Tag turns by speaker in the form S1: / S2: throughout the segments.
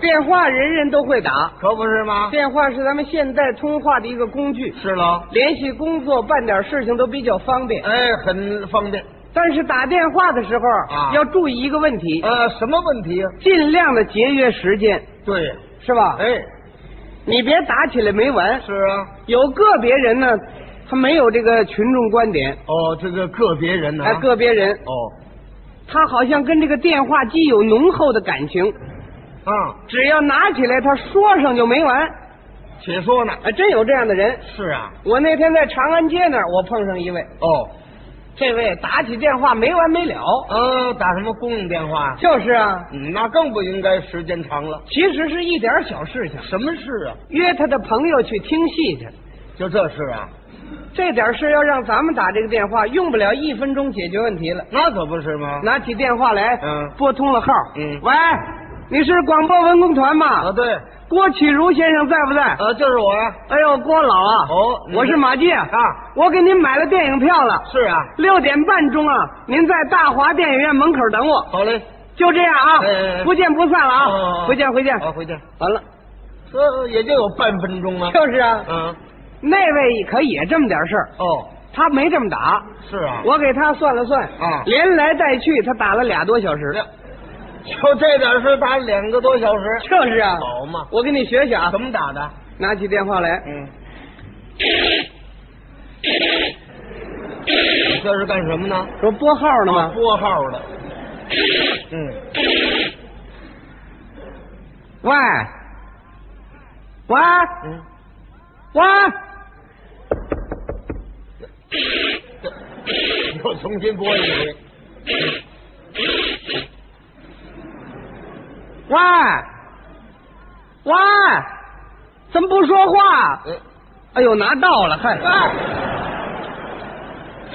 S1: 电话人人都会打，
S2: 可不是吗？
S1: 电话是咱们现代通话的一个工具，
S2: 是喽。
S1: 联系工作、办点事情都比较方便。
S2: 哎，很方便。
S1: 但是打电话的时候
S2: 啊
S1: 要注意一个问题，
S2: 呃，什么问题呀、
S1: 尽量的节约时间，
S2: 对呀，
S1: 是吧？
S2: 哎，
S1: 你别打起来没完。
S2: 是啊。
S1: 有个别人呢，他没有这个群众观点，
S2: 哦，这个个别人呢、
S1: 哎，个别人
S2: 哦，
S1: 他好像跟这个电话机有浓厚的感情，
S2: 啊，
S1: 只要拿起来，他说上就没完。
S2: 且说呢。
S1: 哎，真有这样的人。
S2: 是啊。
S1: 我那天在长安街那儿，我碰上一位，
S2: 哦，
S1: 这位打起电话没完没了。
S2: 呃，打什么公用电话呀？
S1: 就是啊，
S2: 嗯，那更不应该，时间长了。
S1: 其实是一点小事情，
S2: 什么事啊？
S1: 约他的朋友去听戏去，
S2: 就这事啊？
S1: 这点事要让咱们打这个电话，用不了一分钟解决问题了。
S2: 那可不是吗？
S1: 拿起电话来，
S2: 嗯
S1: 拨通了号，
S2: 嗯
S1: 喂，你是广播文工团吗？
S2: 啊，对，
S1: 郭启儒先生在不在？
S2: 呃，就是我呀。
S1: 哎呦，郭老啊，
S2: 哦你
S1: 我是马季啊
S2: 啊，
S1: 我给您买了电影票了，
S2: 是啊。
S1: 六点半钟啊，您在大华电影院门口等我，
S2: 好嘞。
S1: 就这样啊，
S2: 哎哎哎
S1: 不见不散了啊，
S2: 哦
S1: 回见回见，
S2: 好，回见。
S1: 完了，
S2: 这也就有半分钟 啊。
S1: 就是啊，
S2: 嗯，
S1: 那位可也这么点事儿，
S2: 哦，
S1: 他没这么打，
S2: 是啊。
S1: 我给他算了算
S2: 啊
S1: 连来带去他打了俩多小时，
S2: 就这点事打两个多小时，
S1: 就是啊，
S2: 好嘛？
S1: 我给你学学啊
S2: 怎，么打的？
S1: 拿起电话来，
S2: 嗯，这是干什么呢？
S1: 说拨号呢吗？
S2: 拨号的。嗯，
S1: 喂，喂，
S2: 嗯，
S1: 喂，
S2: 嗯又重新拨一回。
S1: 喂，喂，怎么不说话？
S2: 嗯，
S1: 哎呦，拿到了，嗨，
S2: 哎，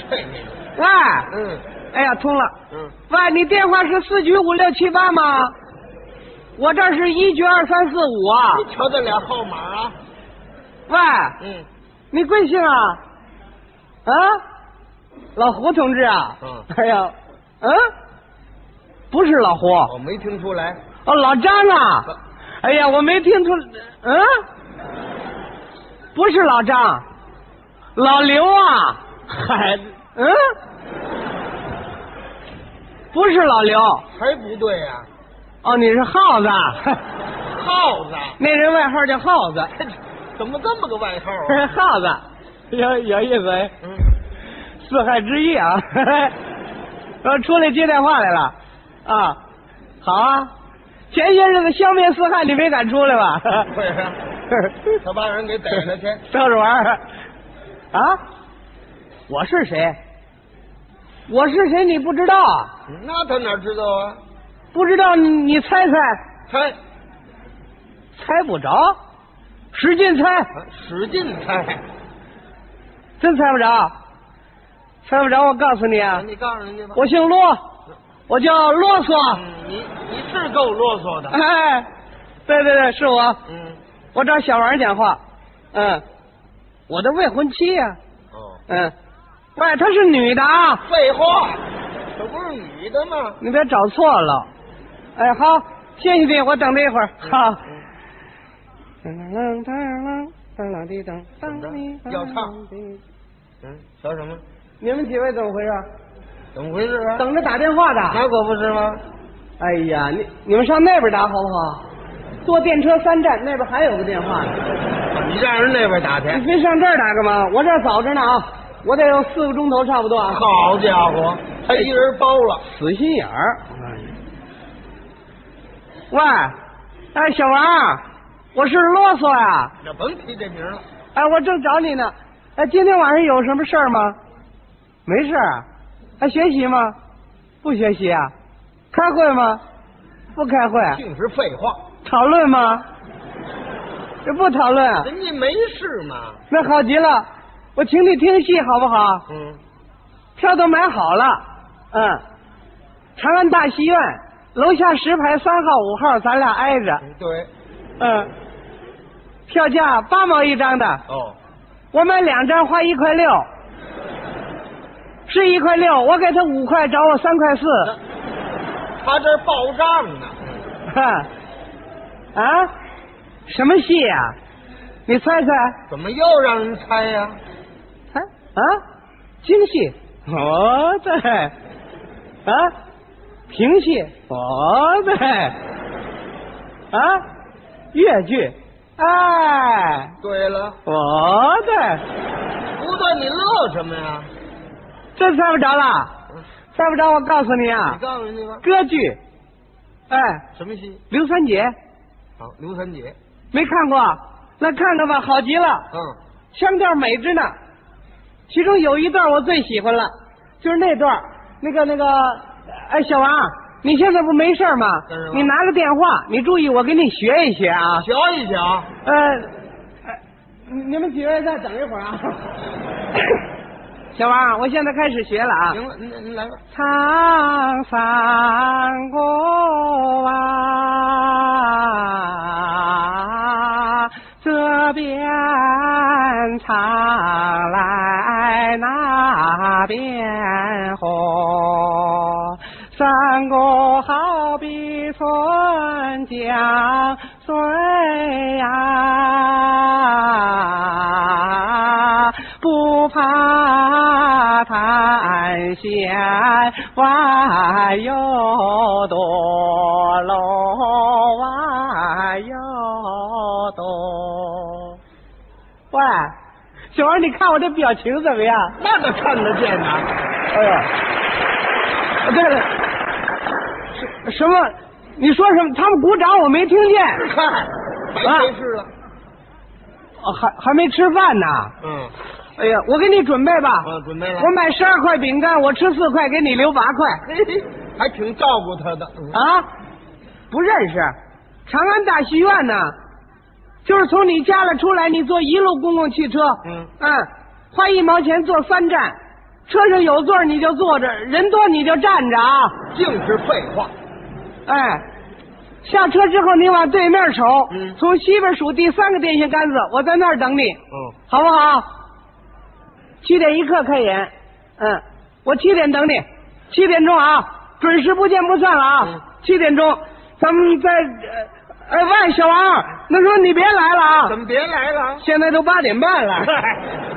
S2: 这你，
S1: 喂，
S2: 嗯
S1: 哎呀，通了。
S2: 嗯，
S1: 喂，你电话是四局五六七八吗？我这儿是一局二三四五啊。
S2: 你瞧这俩号码啊，
S1: 喂，
S2: 嗯
S1: 你贵姓啊？啊，老胡同志啊？
S2: 嗯
S1: 哎呀，嗯，不是老胡，
S2: 我没听出来，
S1: 哦，老张啊，哎呀，我没听出，嗯，不是老张，老刘啊，嗨，嗯，不是老刘，
S2: 还不对啊呀、
S1: 哦，你是耗子，啊
S2: 耗子，哎
S1: 那人外号叫耗子，
S2: 怎么这么个外号 啊？
S1: 耗子，有有意思哎，
S2: 嗯，
S1: 四害之一啊， 呃，出来接电话来了，啊，好啊，前些日子消灭四害，你没敢出来吧？
S2: 对 呀、他把人给逮了去。
S1: 逗着玩儿啊！我是谁？我是谁？你不知道啊？
S2: 那他哪知道啊？
S1: 不知道你你猜猜，
S2: 猜，
S1: 猜不着，使劲猜，
S2: 啊使劲猜。
S1: 真猜不着，猜不着。我告诉你啊，
S2: 你告诉人家吧。
S1: 我姓骆，我叫啰嗦。
S2: 嗯，你你是够啰嗦的。
S1: 哎，对对对，是我，
S2: 嗯，
S1: 我找小王讲话。嗯，我的未婚妻呀、
S2: 哦，
S1: 嗯，喂，她是女的啊。
S2: 废话，这不是女的吗？
S1: 你别找错了。哎，好，谢谢你，我等了一会儿。
S2: 嗯
S1: 好。噔噔噔噔噔噔滴噔
S2: 怎么着要唱？嗯，瞧什么？
S1: 你们几位怎么回事？啊
S2: 怎么回事啊？
S1: 等着打电话的。
S2: 那可不是吗？
S1: 哎呀，你你们上那边打好不好？坐电车三站，那边还有个电话呢。
S2: 啊你让人那边打去。
S1: 你非上这儿打干嘛？我这儿早着呢啊，我得有四个钟头差不多啊。
S2: 好家伙，他一人包了。
S1: 死心眼儿。哎喂，哎，小王，我是啰嗦呀、
S2: 那甭提这名了。
S1: 哎，我正找你呢。哎，今天晚上有什么事儿吗？没事儿啊。哎，学习吗？不学习啊。开会吗？不开会。
S2: 净是废话。
S1: 讨论吗？这不讨论啊。
S2: 人家没事嘛。
S1: 那好极了，我请你听戏好不好？
S2: 嗯，
S1: 票都买好了。嗯，长安大戏院楼下十排三号五号，咱俩挨着。
S2: 对。
S1: 嗯，票价八毛一张的。
S2: 哦，
S1: 我买两张花一块六，是一块六，我给他五块，找我三块四，
S2: 嗯他这报账呢。
S1: 哈， 啊？什么戏呀、你猜猜？
S2: 怎么又让人猜呀、
S1: 猜啊？京戏？哦，对。啊？评戏？哦，对。啊？越剧？哎，
S2: 对了，
S1: 哦，对。
S2: 不对，你乐啊什么呀？
S1: 这猜不着了，猜不着。我告诉你
S2: 你
S1: 啊，
S2: 告诉人家吧，
S1: 歌剧，哎，
S2: 什么戏？
S1: 刘三姐
S2: 好，刘三姐。
S1: 没看过，来看看吧，好极了，
S2: 嗯，
S1: 腔调美着呢。其中有一段我最喜欢了，就是那段儿，那个那个，哎，小王，你现在不没事儿吗
S2: 干什？么
S1: 你拿个电话，你注意，我给你学一学啊。
S2: 瞧一瞧，
S1: 呃，呃你们几位再等一会儿啊。 小王，我现在开始学了啊。
S2: 行了，您您来吧。
S1: 长三国啊，这边唱来那边和，三国好比春江水呀、不怕滩险弯又多，路弯又多。喂，小王，你看我这表情怎么样？
S2: 那倒看得见呐。
S1: 哎呀，对了，什什么？你说什么？他们鼓掌，我没听见。
S2: 看，白没事了。
S1: 哦还还没吃饭呢。
S2: 嗯，
S1: 哎呀，我给你准备吧。
S2: 啊，准备了。
S1: 我买十二块饼干，我吃四块，给你留八块
S2: 嘿嘿，还挺照顾他的。嗯
S1: 啊！不认识，长安大戏院呢，就是从你家里出来，你坐一路公共汽车，
S2: 嗯
S1: 花一毛钱坐三站，车上有座你就坐着，人多你就站着啊，
S2: 净是废话。
S1: 哎。下车之后，你往对面瞅，
S2: 嗯
S1: 从西边数第三个电线杆子，我在那儿等你，
S2: 嗯，
S1: 好不好？七点一刻开演，嗯，我七点等你，七点钟啊，准时不见不散了啊！
S2: 嗯
S1: 七点钟，咱们在，呃哎喂，小王，那时候你别来了啊
S2: 怎！么别来了？
S1: 现在都八点半了，
S2: 嗨